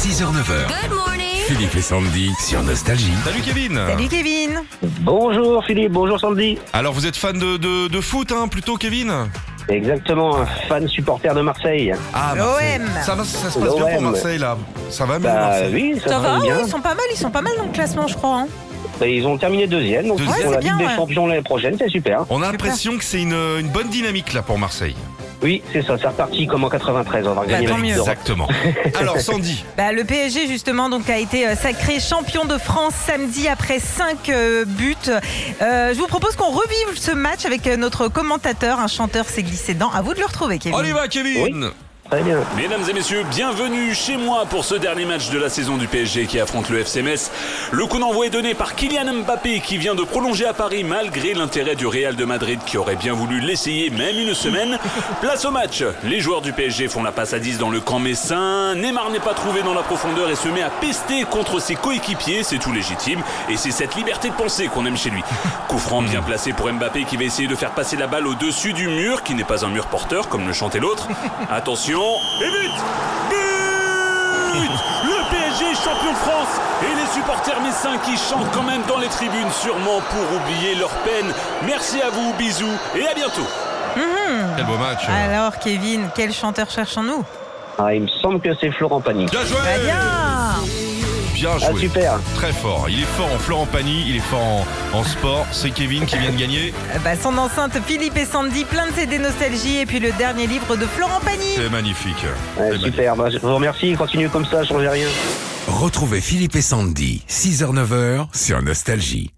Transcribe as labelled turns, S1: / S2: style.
S1: 6h-9h,
S2: Good morning.
S1: Philippe et Sandy sur Nostalgie.
S3: Salut Kevin
S4: Salut Kevin
S5: Bonjour Philippe, bonjour Sandy.
S3: Alors vous êtes fan de, de, de foot hein, plutôt Kevin
S5: Exactement, un fan supporter de Marseille.
S3: Ah
S4: Marseille. L'OM.
S3: ça, va, ça se passe bien pour
S5: L'OM.
S3: Marseille là Ça va mieux
S5: Bah
S3: Marseille
S5: oui, ça,
S4: Ça va, hein
S5: va
S4: ouais,
S5: bien.
S4: ils sont pas mal, ils sont pas mal dans le classement je crois. hein.
S5: Bah, ils ont terminé deuxième, donc ils
S3: Deuxième.
S5: font
S4: Ouais,
S5: la
S4: c'est
S5: Ligue
S4: bien,
S5: des
S4: ouais.
S5: Champions l'année prochaine, c'est super. hein.
S3: On a l'impression que c'est une, une bonne dynamique là pour Marseille.
S5: Oui, c'est ça, c'est reparti comme en 93, on va gagner
S4: Bah, tant
S5: la Ligue
S4: mieux.
S5: d'Europe.
S3: Exactement. Alors Sandy,
S4: Bah, le PSG justement donc a été euh, sacré champion de France samedi après 5 buts. Euh, je vous propose qu'on revive ce match avec euh, notre commentateur, un chanteur s'est glissé dedans. À vous de le retrouver Kevin.
S3: on y va Kevin
S5: Très bien.
S6: Mesdames et messieurs, bienvenue chez moi pour ce dernier match de la saison du PSG qui affronte le FC Metz. Le coup d'envoi est donné par Kylian Mbappé qui vient de prolonger à Paris malgré l'intérêt du Real de Madrid qui aurait bien voulu l'essayer même une semaine. Place au match. Les joueurs du PSG font la passe à 10 dans le camp messin. Neymar n'est pas trouvé dans la profondeur et se met à pester contre ses coéquipiers, c'est tout légitime et c'est cette liberté de penser qu'on aime chez lui. Coup franc bien placé pour Mbappé qui va essayer de faire passer la balle au-dessus du mur qui n'est pas un mur porteur comme le chantait l'autre. Attention et but But Le PSG est champion de France et les supporters messins qui chantent quand même dans les tribunes sûrement pour oublier leur peine. Merci à vous, bisous et à bientôt.
S3: Quel beau match
S4: Alors Kevin, quel chanteur cherchons-nous
S5: Ah, il me semble que c'est Florent Pagny.
S3: Bien joué
S4: Bah, bien.
S3: Bien
S5: Ah
S3: joué
S5: super,
S3: Très fort. Il est fort en Florent Pagny, il est fort en, en sport. C'est Kevin qui vient de gagner.
S4: Euh, bah, son enceinte Philippe et Sandy, plein de CD nostalgie et puis le dernier livre de Florent Pagny.
S3: C'est magnifique.
S4: Eh
S5: Ouais,
S4: ben,
S3: C'est magnifique.
S5: super. Bah, je vous remercie, continuez comme ça, changez rien.
S1: Retrouvez Philippe et Sandy, 6h-9h sur Nostalgie.